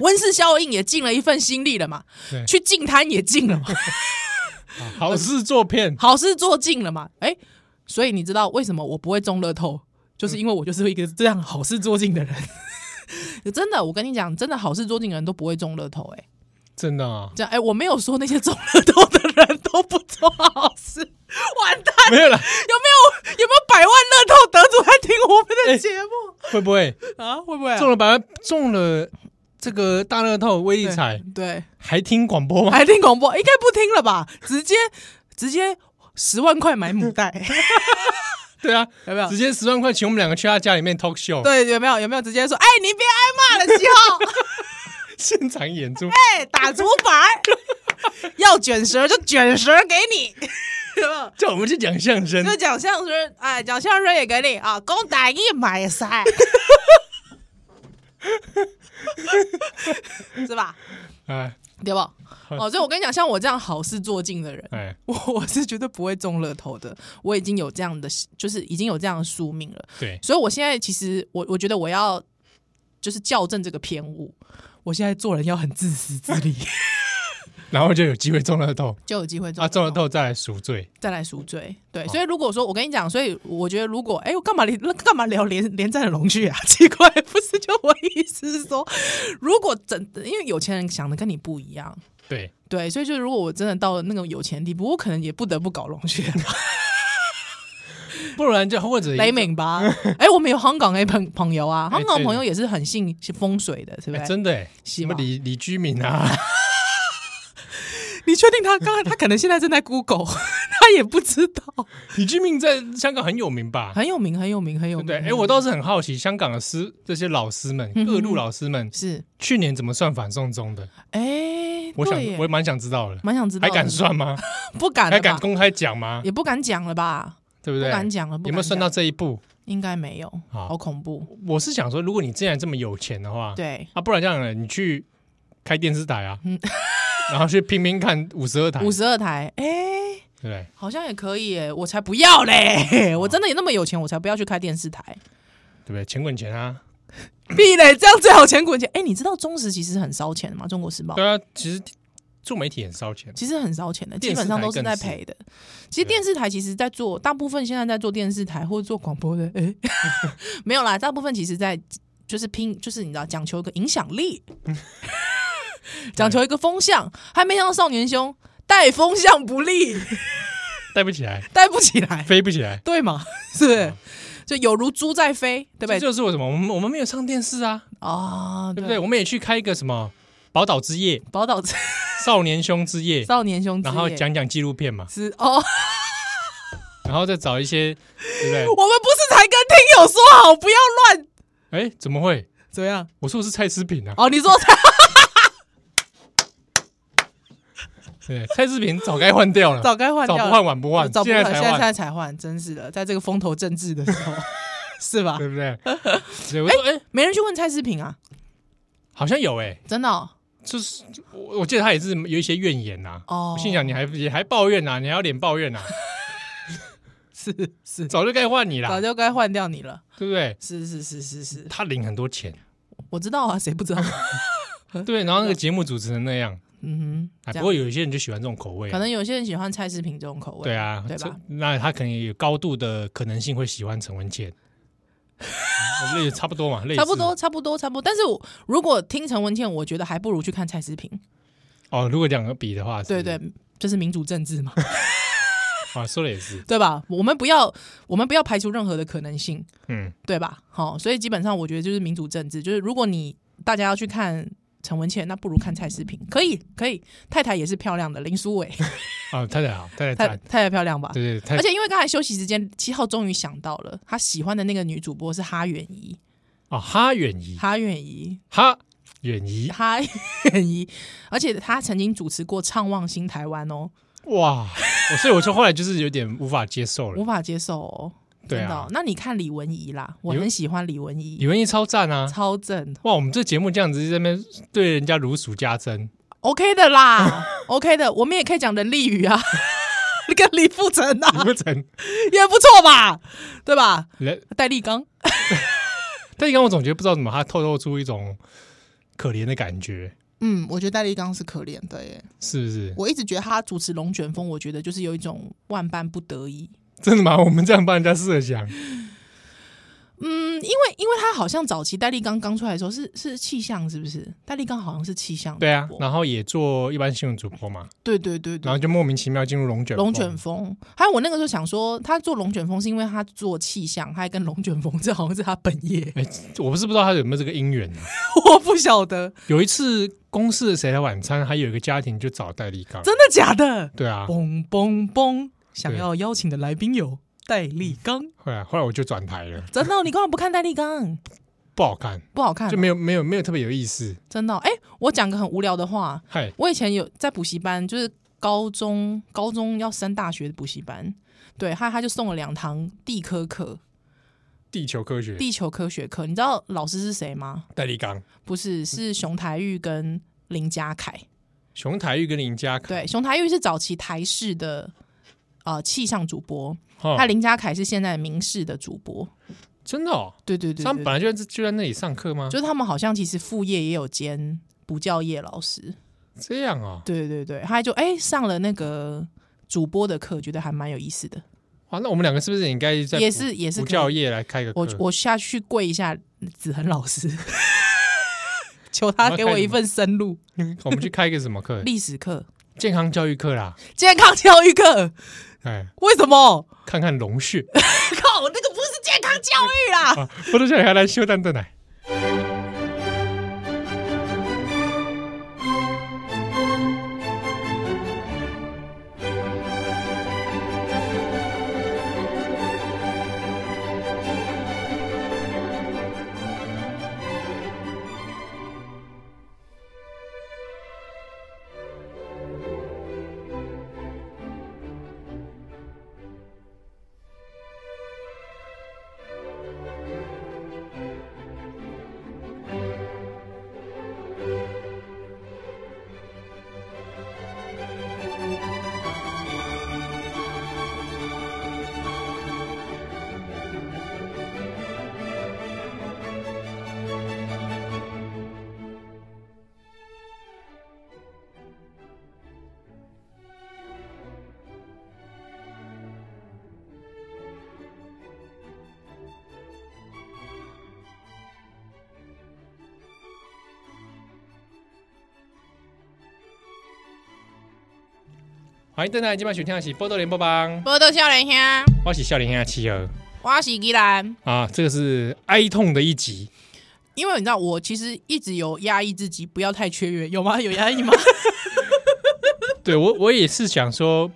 A: 温室效应也尽了一份心力了嘛
B: 对，
A: 去净滩也尽了嘛，嗯
B: 好好事做片，
A: 好事做尽了嘛？哎、所以你知道为什么我不会中乐透，
B: 嗯
A: 就是因为我就是一个这样好事做尽的人。 真的，我跟你讲，真的好事做尽的人都不会中乐透、哎，
B: 真的啊，
A: 这样，哎、我没有说那些中乐透的人都不做好事，完蛋，
B: 没有
A: 有没
B: 啦，
A: 有有没有百万乐透得主在听我们的节目、
B: 会不会
A: 啊？会不会、啊、
B: 中了百万，中了这个大乐透、威力彩，
A: 对，哎
B: 还听广播吗？
A: 还听广播？应该不听了吧？直接直接十万块买母 带，
B: 对啊，
A: 有没有
B: 直？接十万块请我们两个去他家里面 talk show，
A: 对，有没有有没有直接说？哎、你别挨骂了，七号。
B: 现场演出，
A: 哎，打竹板儿， 要卷舌就卷舌给你， 是吧？
B: 叫我们去讲相声，
A: 就讲相声，哎，讲相声也给你啊，讲台语嘛也使， 是吧？
B: 哎
A: 对吧？哦，所以我跟你讲，像我这样好事做尽的人，
B: 哎，
A: 我我是绝对不会中乐透的。我已经有这样的，就是已经有这样的宿命了。
B: 对，
A: 所以我现在其实我我觉得我要就是校正这个偏误。我现在做人要很自私自利，
B: 然后就有机会中乐透
A: 就有机会中
B: 啊，中
A: 乐
B: 了
A: 透
B: 透再来赎罪，
A: 再来赎罪。
B: 哦
A: 对，所以如果说我跟你讲，所以我觉得如果哎，我干嘛连干嘛聊连连战的龙去啊？ 奇怪，不是就我意思是说，如果真的因为有钱人想的跟你不一样，
B: 对，
A: 对，所以就如果我真的到了那种有钱的地步，我可能也不得不搞龙穴
B: 不然就或者
A: 雷敏吧。哎、我们有香港的朋朋友啊，
B: 哎
A: 香港
B: 对
A: 朋友也是很信风水的，是不
B: 哎
A: 是？
B: 真的哎，
A: 是
B: 什么
A: 吗
B: 李李居民啊，
A: 你确定他刚才他可能现在正在 Google，他 也不知道，
B: 李居民在香港很有名吧？
A: 很有名，很有名，很有
B: 对不
A: 名。
B: 对，哎、
A: 很有
B: 我
A: 名
B: 倒是很好奇，香港的师这些老师们，
A: 嗯哼
B: 各路老师们，
A: 是
B: 去年怎么算反送中的？
A: 哎、
B: 我想
A: 对耶
B: 我也蛮想知道的，
A: 蛮想知道
B: 还
A: 的，
B: 敢算吗？
A: 不敢了
B: 还
A: 吧
B: 敢公开讲吗？
A: 也不敢讲了吧？
B: 对不
A: 不
B: 对？
A: 敢讲了，不
B: 有没有
A: 敢
B: 算
A: 讲
B: 到这一步？
A: 应该没有，
B: 好
A: 好恐怖。
B: 我是想说，如果你既然这么有钱的话，
A: 对，嗯
B: 啊，不然这样了，你去开电视台啊，然后去拼拼看五十二台，
A: 五
B: 对
A: 十二台，哎、
B: 不对？
A: 好像也可以耶，我才不要
B: 哦
A: 嘞！我真的也那么有钱，我才不要去开电视台。
B: 对不对？钱滚钱啊，
A: 屁嘞，这样最好钱滚钱。哎、你知道中时其实很烧钱的吗？中国时报
B: 对啊，其实做媒体很烧钱，
A: 其实很烧钱的，
B: 电
A: 基
B: 视台
A: 本上都是在
B: 更是
A: 赔的。其实电视台其实在做，大部分现在在做电视台或者做广播的， 哎、没有啦，大部分其实在就是拼，就是你知道讲求一个影响 力，讲求一个风向，还没想到少年兄带风向不利，
B: 带不起来，
A: 带不起 来，
B: 飞不起来。
A: 对吗？是不是？就有如猪在飞，对不
B: 这
A: 对？
B: 啊就是为什么我们我们没有上电视啊，
A: 啊、
B: 对不对？？我们也去开一个什么宝岛 之夜、
A: 宝岛
B: 少年兄之夜，
A: 少年兄之
B: 然后
A: 夜
B: 讲讲纪录片嘛，
A: 是哦。
B: 然后再找一些，对不对？
A: 我们不是才跟听友说好不要乱
B: 哎，怎么会？
A: 怎么样？
B: 我说的是蔡思平啊，
A: 哦，你说
B: 对，蔡思平早该换掉了，
A: 早该换
B: 早
A: 掉
B: 不
A: 了，
B: 换晚不换，
A: 早不
B: 现
A: 换，
B: 在
A: 现在
B: 才
A: 现
B: 换，
A: 在才换，真是的，在这个风头正治的时 候，是吧
B: 对？不 对？对，我说哎，
A: 没人去问蔡思平啊，
B: 好像有哎，
A: 真的哦
B: 就是我我记得他也是有一些怨言呐。
A: 哦
B: 我，心想你还也还抱怨呐，啊你还要脸抱怨呐，
A: 是是，
B: 早就该换你
A: 早
B: 啦，
A: 就该换掉你了，
B: 对不对？
A: 是是是是是，
B: 他领很多钱，
A: 我知道啊，谁不知道？
B: 对，然后那个节目主持人那样，
A: 嗯
B: 哎，
A: 哼，这
B: 不
A: 样
B: 过有一些人就喜欢这种口味啊，
A: 可能有些人喜欢蔡思平这种口味，
B: 对，啊，
A: 对吧
B: 这？那他可能也有高度的可能性会喜欢陈文 茜，嗯类差不多嘛，类似
A: 差不多差不多差不多。但是我如果听陈文茜，我觉得还不如去看蔡思平，
B: 哦。如果两个比的话，
A: 对
B: 是
A: 对，这是民主政治嘛，
B: 啊，说的也是，
A: 对吧？我们不要我们不要排除任何的可能性，
B: 嗯，
A: 对吧？好、所以基本上我觉得就是民主政治，就是如果你大家要去看陈文茜，那不如看蔡思平，可以可以，太太也是漂亮的，林书伟
B: 啊，太太好，太
A: 太
B: 太赞，
A: 太太漂亮吧？
B: 对对，太
A: 而且因为刚才休息时间，七号终于想到了，他喜欢的那个女主播是哈远怡，
B: 哦，哈远怡，
A: 哈远怡，
B: 哈远怡，
A: 哈远怡，而且她曾经主持过《畅望新台湾》哦，
B: 哇，我所以我就后来就是有点无法接受了
A: 无。法接受哦。
B: 对啊
A: 真的哦那你看李文怡啦，我
B: 李文
A: 很喜欢李文怡，
B: 李文怡超赞啊！
A: 超正
B: 哇，我们这节目这样子在那边对人家如数 家珍，
A: ，OK 的啦 ，OK 的，我们也可以讲人力语啊， 跟李富成
B: 你
A: 啊，
B: 不成？
A: 也不错吧，对吧？
B: 来
A: 戴立刚，
B: 但刚我总觉得不知道怎么，他透露出一种可怜的感觉，
A: 嗯，我觉得戴立刚是可怜的耶，
B: 是不是？
A: 我一直觉得他主持《龙卷风》，我觉得就是有一种万般不得已。
B: 真的吗？我们这样帮人家设想，
A: 嗯，因为因为他好像早期戴立刚刚出来的时候是是气象，是不是？戴立刚好像是气象主播，
B: 对啊，然后也做一般新闻主播嘛，
A: 对对对
B: 然
A: 对。
B: 后就莫名其妙进入龙卷
A: 龙卷风，还有我那个时候想说，他做龙卷风是因为他做气象，他还跟龙卷风，这好像是他本业，
B: 哎、我不是不知道他有没有这个姻缘、啊。
A: 我不晓得，
B: 有一次公司的谁来晚餐，还有一个家庭就找戴立刚，
A: 真的假的？
B: 对啊，
A: 嘣嘣嘣！想
B: 对
A: 要邀请的来宾有戴立刚，
B: 后来后来我就转台了，
A: 真的哦，你干嘛不看戴立刚？
B: 不好看，
A: 不好看
B: 就
A: 哦，
B: 没有没有没有特别有意思。
A: 真的哦。哎，我讲个很无聊的话，
B: 嗨，
A: 我以前有在补习班，就是高中高中要升大学的补习班，对，他他就送了两堂地科课、
B: 地球科学，
A: 地球科学课。你知道老师是谁吗？
B: 戴立刚、
A: 不是，是熊台玉跟林家嗯凯。
B: 熊台玉跟林家凯，
A: 对，熊台玉是早期台视的呃气象主播，
B: 哦，
A: 他林家凯是现在明视的主播。
B: 真的哦，
A: 对对对
B: 他们
A: 对
B: 本来就在就在那里上课吗？
A: 就是他们好像其实副业也有兼补教业老师。
B: 这样哦，
A: 对对对，他就哎、上了那个主播的课，觉得还蛮有意思的。
B: 哇，那我们两个是不是也应该在
A: 也是也是
B: 补
A: 可以
B: 教业来开个课？哦
A: 我我下去跪一下子恒老师， 求他给我一份生路。
B: 我们去开个什么 课？
A: 历史课、
B: 健康教育课啦，
A: 健康教育课，
B: 哎，
A: 为什么？
B: 看看龙穴
A: 靠，那个不是健康教育啦！
B: 啊，我都想要来修蛋蛋奶。欢迎蛋蛋，今晚收听的是波多连播帮，
A: 波多笑脸兄，
B: 我是笑脸下企鹅
A: 我是吉兰。
B: 哦啊，这个是哀痛的一集，
A: 因为你知道，我其实一直有压抑自己，不要太雀跃，有吗？有压抑 吗？
B: 对我我也是想说，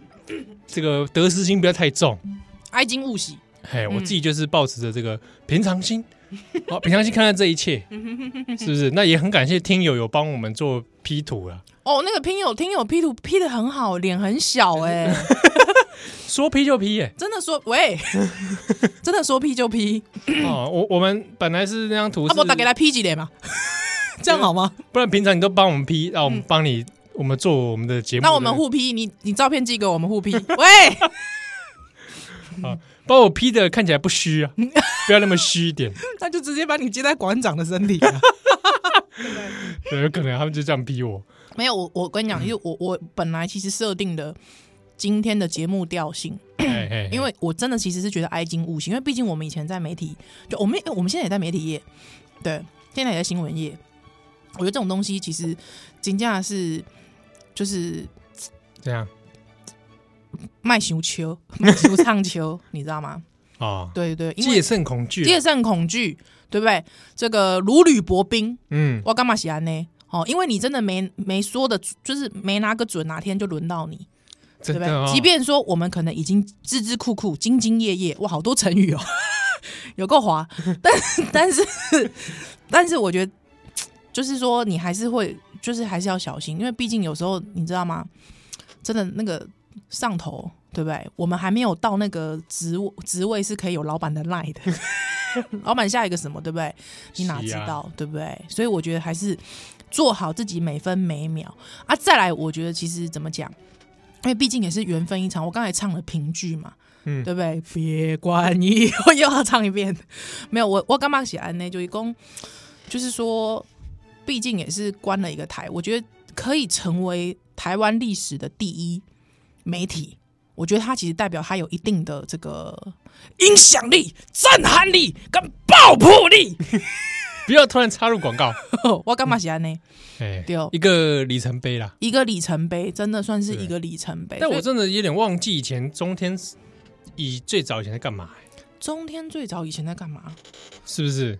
B: 这个得失心不要太重，
A: 哀矜勿喜，
B: 嘿，我自己就是保持着这个平常心，好、平常心看待这一切， 是不是？那也很感谢听友有帮我们做 P 图啊了。
A: 哦，那个听友听友 P 图 P 的很好，脸很 小哎、
B: 说 P 就 P 耶、
A: 真的说喂，真的说 P 就 P，啊
B: 哦，我我们本来是那张图
A: 阿
B: 是，
A: 伯打给他 P 几脸嘛， 这样好吗？
B: 不然平常你都帮我们 P，让我啊们帮你，我们做我们的节目
A: 嗯
B: 的，
A: 那我们互 P，你你照片寄给我们互 P。喂，
B: 帮我 P 的看起来不 虚啊，不要那么虚一点，
A: 那就直接把你接在馆长的身体、啊。
B: 对，有可能他们就这样 P 我，
A: 没有，我我跟你讲，因为我我本来其实设定的今天的节目调性，
B: 嘿嘿嘿
A: 因为我真的其实是觉得哀矜勿喜，因为毕竟我们以前在媒体，就我们我们现在也在媒体业，对，现在也在新闻业。我觉得这种东西其实金价是就是
B: 这样
A: 卖熊球、卖熊唱球， 你知道吗？
B: 啊，
A: 对对对，因
B: 戒
A: 为
B: 慎恐惧啊，
A: 戒慎恐惧，对不对？这个如履薄冰，
B: 嗯，
A: 我干嘛喜欢呢？哦，因为你真的没没说的，就是没拿个准，哪天就轮到你，对
B: 真
A: 不
B: 的
A: 对？
B: 哦
A: 即便说我们可能已经孜孜酷酷、兢兢业业，哇，好多成语哦， 有够滑，但但是但是我觉得，就是说你还是会，就是还是要小心，因为毕竟有时候你知道吗？真的那个上头，对不对？我们还没有到那个职务职位是可以有老板的赖的， 老板下一个什么，对不对？你哪知
B: 是啊
A: 道，对不对？所以我觉得还是做好自己每分每秒啊。再来，我觉得其实怎么讲？因为毕竟也是缘分一场，我刚才唱了评剧嘛，
B: 嗯
A: 对不对？别管你， 我又要唱一遍。没有，我我干嘛写安呢？就一共就是说，毕竟也是关了一个台，我觉得可以成为台湾历史的第一媒体。我觉得它其实代表它有一定的这个影响力、震撼力跟爆破力。
B: 不要突然插入广告，
A: 我干嘛写安呢？
B: 哎，
A: 对哦
B: 一个里程碑啦。
A: 一个里程碑，真的算是一个里程碑。所
B: 但我
A: 以
B: 真的有点忘记以前中天是以最早以前在干嘛、
A: 中天最早以前在干嘛？
B: 是不是？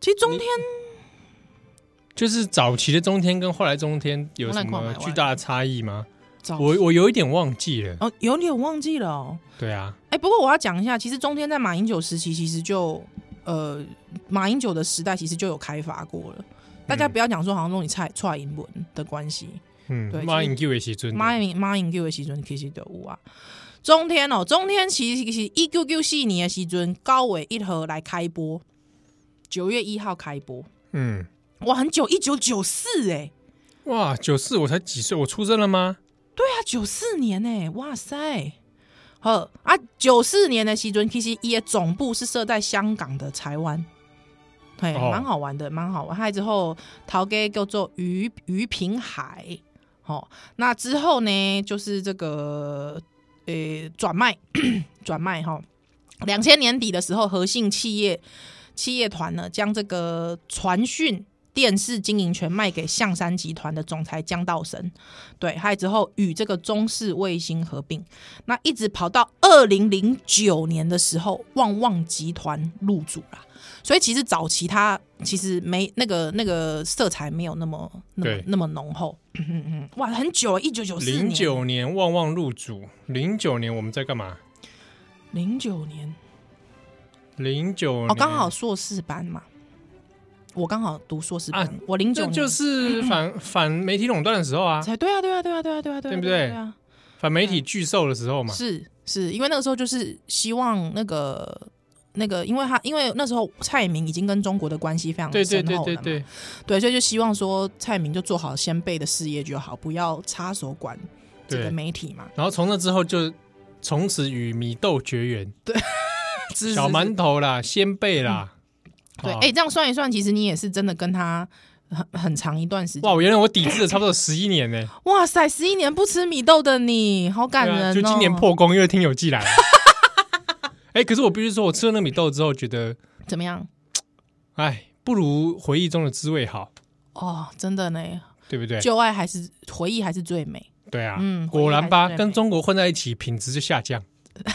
A: 其实中天
B: 就是早期的中天跟后来中天有什
A: 乱逛买
B: 么
A: 完
B: 巨大的差异吗？
A: 早
B: 我我有一点忘记了。
A: 哦有点忘记了哦。
B: 对啊，
A: 哎、不过我要讲一下，其实中天在马英九时期其实就呃马英九的时代其实就有开发过了。大家不要讲说好像弄你蔡蔡英文的关系，对
B: 嗯，马英九的时阵，
A: 马英马英九的时阵其实就有啊。中天哦，中天其实是一九九四年的时阵，高伟一和来开播，九月一号开播，
B: 嗯，
A: 哇，很久，一九九四哎，
B: 哇，九四我才几岁，我出生了吗？
A: 对啊，九四年哎、哇塞！好啊，九四年的时阵，其实伊的总部是设在香港的台湾，嘿，
B: 哦
A: 蛮、好玩的，蛮好玩。还之后陶给叫做于于平海，好、那之后呢，就是这个呃转卖 转卖哈，两千年底的时候，和信企业企业团呢将这个传讯电视经营权卖给象山集团的总裁江道生，对，还有之后与这个中视卫星合并，那一直跑到二零零九年的时候，旺旺集团入主啦。所以其实早期它其实没那个那个色彩没有那么那么
B: 对
A: 那么浓厚，嗯嗯嗯，哇，很久了，一九哦九四年，
B: 零九年旺旺入主，零九年我们在干嘛？
A: 零九年
B: 零九
A: 哦，刚好硕士班嘛，我刚好读硕士班，
B: 啊
A: 我零九
B: 这
A: 年
B: 就是 反反媒体垄断的时候啊，
A: 才对啊，对啊，对啊，对啊，对啊，对啊，
B: 对不
A: 对啊？
B: 对
A: 啊
B: 反媒体巨兽的时候嘛，
A: 是是，因为那个时候就是希望那个那个，因为他因为那时候蔡明已经跟中国的关系非常
B: 对对
A: 深
B: 对
A: 厚了
B: 对
A: 嘛
B: 对，
A: 对，所以就希望说蔡明就做好先辈的事业就好，不要插手管这个
B: 对
A: 媒体嘛。
B: 然后从那之后就从此与米豆绝缘，
A: 是
B: 小
A: 是是
B: 馒头啦，鲜贝啦，
A: 对，
B: 啊
A: 哎、这样算一算，其实你也是真的跟他很很长一段时间
B: 哇，。我原来我抵制了差不多十一年呢、
A: 哇塞，十一年不吃米豆的你，好 感
B: 对
A: 人、哦
B: 啊，就今年破功，因为听友寄来了。 哎、可是我必须说，我吃了那米豆之后，觉得，
A: 怎么样？
B: 哎，不如回忆中的滋味好，
A: 哦，真的呢，
B: 对不对？
A: 旧爱还是回忆还是最美，
B: 对啊，
A: 嗯
B: 果然
A: 回
B: 吧，
A: 忆还是最美
B: 跟中国混在一起，品质就下降，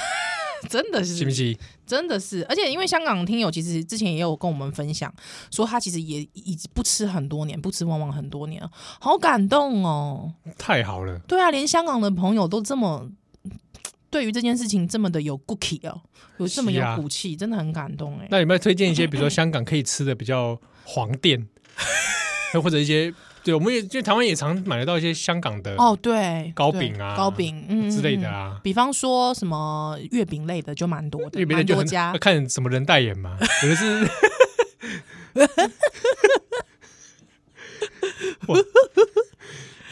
A: 真的
B: 信不
A: 是，
B: 信？
A: 真的是。而且因为香港听友其实之前也有跟我们分享，说他其实也已经不吃很多年，不吃旺旺很多年了，好感动哦。
B: 太好了，
A: 对啊，连香港的朋友都这么。对于这件事情这么的有 cookie 哦，有这么
B: 是
A: 有
B: 啊
A: 骨气，真的很感动哎、
B: 那有没有推荐一些，比如说香港可以吃的比较黄 店，或者一些，对，我们也就台湾也常买得到一些香港的
A: 哦，对，
B: 糕
A: 对
B: 饼啊
A: 糕饼嗯
B: 之类
A: 嗯
B: 的
A: 嗯
B: 啊，
A: 比方说什么月饼类的就蛮多的，
B: 那边
A: 蛮
B: 就
A: 多
B: 很
A: 家
B: 要看什么人代言嘛，有 的是。哇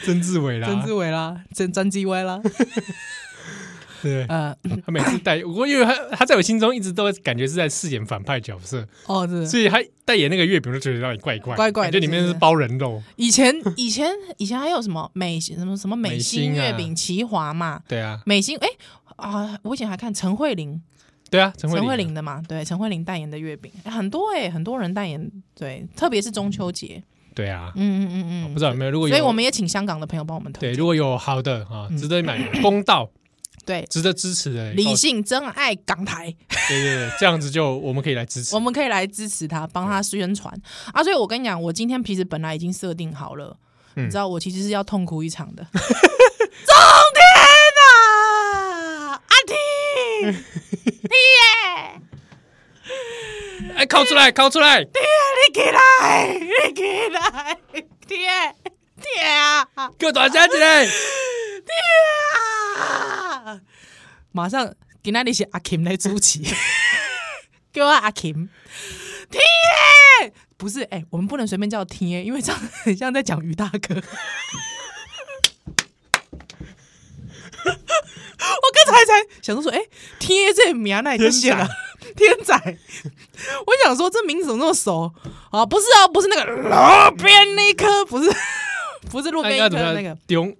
B: 曾志伟啦，
A: 伟啦，曾曾志伟啦，
B: 对，
A: 呃，
B: 他每次代，我因为他他在我心中一直都感觉是在饰演反派角色，
A: 哦，是
B: 所以他代言那个月饼，我就觉得让你怪怪，
A: 怪怪的
B: 这里面
A: 是
B: 是
A: 不是
B: 包人肉，
A: 以前以前以前还有什么美什么什么美
B: 美
A: 心
B: 心啊
A: 月饼、齐华嘛，
B: 对啊，
A: 美心哎啊，我以前还看陈慧琳，
B: 对啊，陈慧
A: 陈慧
B: 琳
A: 琳的嘛，对，陈慧琳代言的月饼哎很多哎，很多人代言，对，特别是中秋节，
B: 啊，对啊，
A: 嗯嗯嗯
B: 不知道有没有，如果
A: 嗯，
B: 有，
A: 所以我们也请香港的朋友帮我们推
B: 对
A: 荐，
B: 如果有好的啊，值 得买、公道、
A: 对，
B: 值得支持的，
A: 理
B: 哦
A: 性真爱港台。
B: 对对对，这样子就我们可以来支持
A: 我，们可以来支持他，帮他宣传啊！所以我跟你讲，我今天其实本来已经设定好了，
B: 嗯
A: 你知道我其实是要痛哭一场的。中天啊，阿婷，
B: 哎，靠出来，靠出来，
A: 你起来，你起来， 天天啊，
B: 给我大声起 来！
A: 天啊！ 马上，今天你是阿 Kim 来主持，叫我阿 Kim。天耶，不是哎、我们不能随便叫天耶，因为这样很像在讲于大哥。我刚才才想说，哎、天耶这名啊哪里写了？天仔，我想说这名字怎么那么熟啊？不是哦，不是那个路边那颗，不是，不是路
B: 那
A: 边
B: 应
A: 一
B: 该
A: 颗
B: 哎怎么
A: 的
B: 样？
A: 那个
B: 丢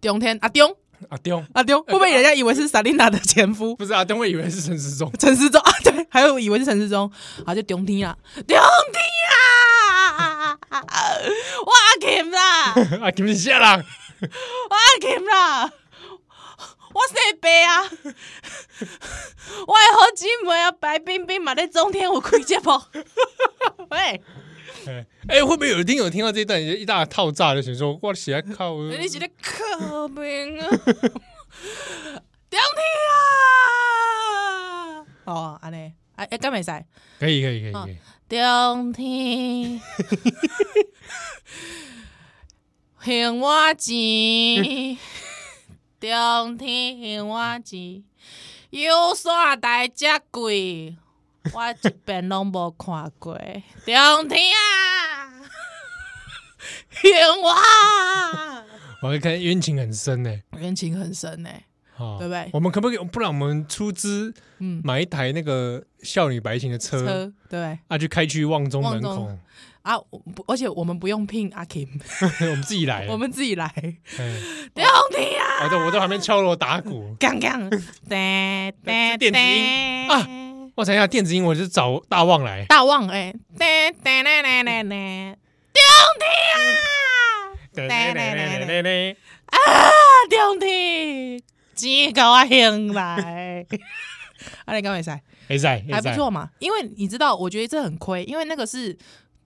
A: 顶天阿丁。
B: 啊丢，
A: 阿丢，哦会不会人家以为是萨琳娜的前夫
B: 不是啊，丢会以为是陈时中，
A: 陈世忠啊？对，还有以为是陈世忠，啊，就中天啦，中天啦，我阿 Kim 啦，我
B: 啊，你们下啦，
A: 阿 Kim 啦，我姓白啊，我的好姊妹啊，白冰冰嘛在中天有开节目，喂，
B: 哎哎，会不会有听友听到这一段一大套炸就想说，哇，写靠，
A: 你是咧靠边啊，中天啊，哦，安尼，哎哎，干没塞？
B: 可以可以可以
A: 哦
B: 可以，
A: 中天，还我钱，中天还我钱，有啥代价贵？我一遍拢无看过，中天啊，还我啊，
B: 我看冤情很深呢。
A: 冤情很深呢、
B: 哦
A: 对不对
B: 我们可不可以？不然我们出资
A: 嗯，
B: 买一台那个少女白情的车，
A: 车对
B: 啊，就开去望中门
A: 望
B: 口
A: 中，啊，我不而且我们不用聘阿 Kim，
B: 我们自己来。
A: 我们自己来，
B: 哎，
A: 中天啊。
B: 好的，我在旁边敲锣打 鼓。
A: 杠杠，哒哒
B: 电子音啊我想一下，电子音我就找大旺 来。
A: 大旺哎，哒哒哒哒哒哒，
B: 对对对对对，
A: 啊，中天，钱给我兴 来，啊，你敢会使？
B: 哎在
A: 还不，错嘛，因为你知道，我觉得这很亏，因为那个是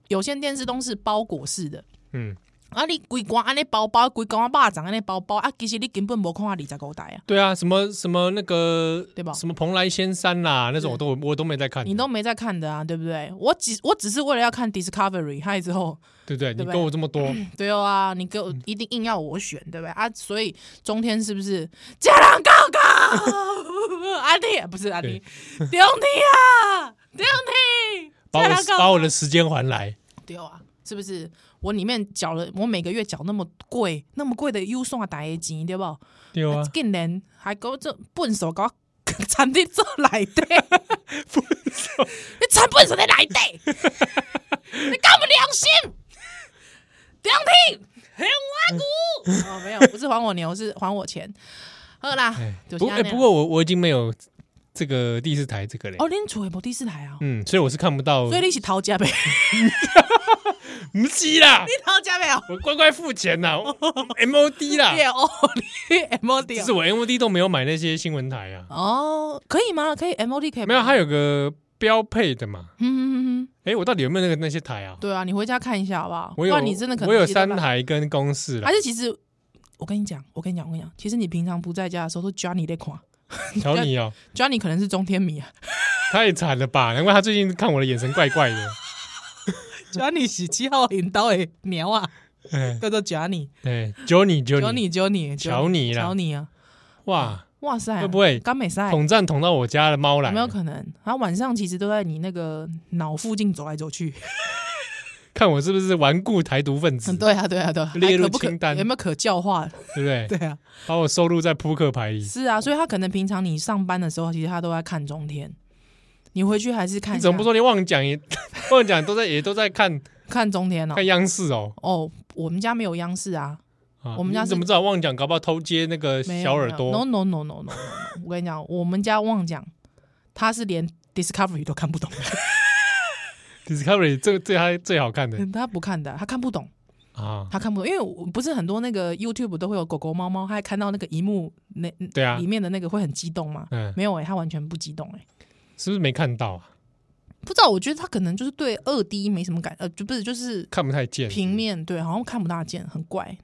A: 有线电视都是包裹式的。
B: 嗯，
A: 啊！你规罐安尼包包，规罐肉粽安尼包包啊！其实你根本无看二十五台啊，
B: 对啊，什么什么那个
A: 对吧
B: 什么蓬莱仙山啦，那种我都我都没在看，
A: 你都没在看的啊，对不对？我只我只是为了要看 Discovery，嗨之后
B: 对不对？你
A: 对不对
B: 跟我这么多，
A: 对啊，你给
B: 嗯
A: 我一定硬要我选，对不对啊？所以中天是不是家人告告？ 阿弟不是阿弟，中天啊，中天，
B: 把我
A: 家人告
B: 把我的时间还来，
A: 对啊，是不是？我里面缴了，我每个月缴那么贵，那么贵的 U 送啊打的钱，对不？
B: 对啊，
A: 竟然还给我这笨手给 我产地做来 的，你产笨手在来的， 你搞不良心，良品还我 牛！哦，没有，不是还我牛，是还我钱。好啦
B: 哎，
A: 就是
B: 不过
A: 这
B: 哎
A: 样
B: 不过我我已经没有这个第四台这个嘞，
A: 哦，恁厝的无第四台啊，
B: 嗯，所以我是看不到，
A: 所以你是逃 家呗？
B: 不是啦，
A: 逃家没有？
B: 我乖乖付钱 啦，MOD 啦
A: 你，也哦，你 M O D
B: 啊就是我 MOD 都没有买那些新闻台啊，
A: 哦，可以吗？可以 M O D 可以
B: 没有，
A: 吗
B: 它有个标配的嘛，
A: 嗯嗯嗯嗯，
B: 哎，我到底有没有那个那些台啊？
A: 对啊，你回家看一下好不好？
B: 我有
A: 不然你真的可能
B: 我有
A: 记得
B: 三
A: 吧哎
B: 台跟公式啦
A: 还，是其实我跟你讲，我跟你讲，我跟你讲，其实你平常不在家的时候都 Johnny 在看
B: 瞧你哦，
A: ，Johnny 可能是中天迷啊
B: 太惨了吧！难怪他最近看我的眼神怪怪 的。
A: ，Johnny 是七号领导的鸟啊，
B: 哎
A: 叫做 Johnny，
B: 哎，揪你揪你，
A: Johnny Johnny，
B: 瞧你啦
A: 瞧你啊，
B: 哇，
A: 哇塞，
B: 会不会
A: 刚美赛？
B: 统战捅到我家的猫来
A: 哎有
B: 了？
A: 没有可能？他晚上其实都在你那个脑附近走来走去。
B: 看我是不是顽固台独分 子
A: 嗯，？对啊，对啊，对啊，
B: 列入
A: 还可不可
B: 清单
A: 有没有可教化？
B: 对不
A: 对
B: 对？
A: 啊，
B: 把我收录在扑克牌里。
A: 是啊，所以他可能平常你上班的时候，其实他都在看中天。你回去还是看一
B: 你
A: 下？
B: 怎么不说？你忘讲也 忘讲，都在也都在看
A: 看中天哦？
B: 看央视哦。
A: 哦，我们家没有央视啊，
B: 啊
A: 我们家是
B: 你怎么知道忘讲？搞不好偷接那个
A: 没有
B: 小耳
A: 没有
B: 朵。
A: No no no no no no！no. 我跟你讲，我们家旺讲，他是连 Discovery 都看不懂，
B: Discovery 这这他最好看的
A: 他不看的，他看不懂，
B: 啊，
A: 他看不懂，因为我不是很多那个 YouTube 都会有狗狗猫猫，他还看到那个荧幕那
B: 对啊
A: 里，面的那个会很激动嘛？
B: 嗯，
A: 没有哎、他完全不激动哎、
B: 是不是没看到啊？
A: 不知道，我觉得他可能就是对二 D 没什么感，呃，就不是就是
B: 看不太见
A: 平。面对，好像看不大见，很怪，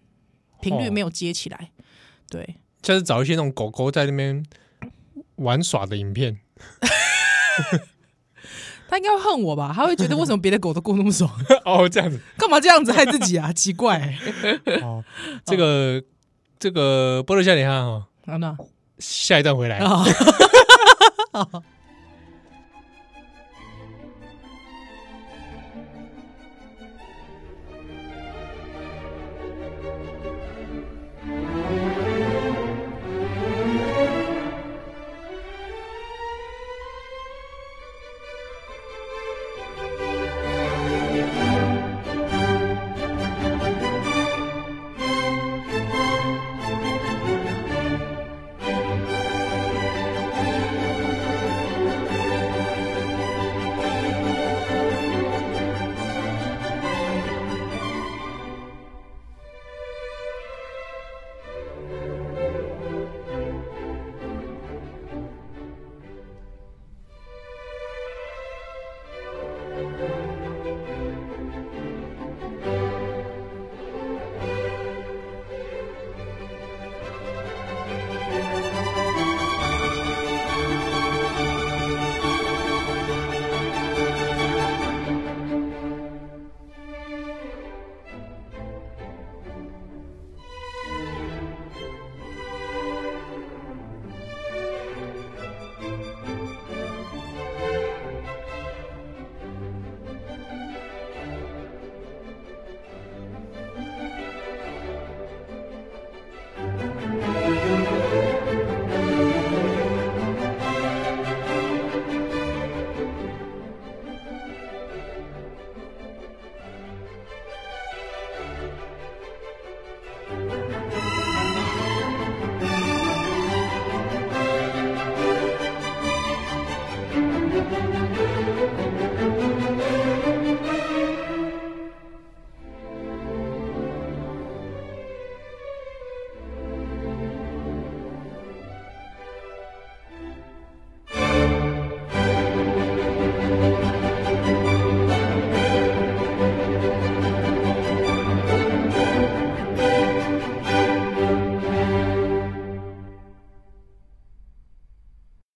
A: 频率
B: 哦
A: 没有接起来，对，
B: 下次找一些那种狗狗在那边玩耍的 影片，
A: 他应该会恨我吧？他会觉得为什么别的狗都过那么爽，
B: 哦，这样子，
A: 干嘛这样子害自己啊？奇怪、欸，
B: 哦，这个这个波多夏里哈哈，哦
A: 啊那。
B: 下一段回来。
A: 啊。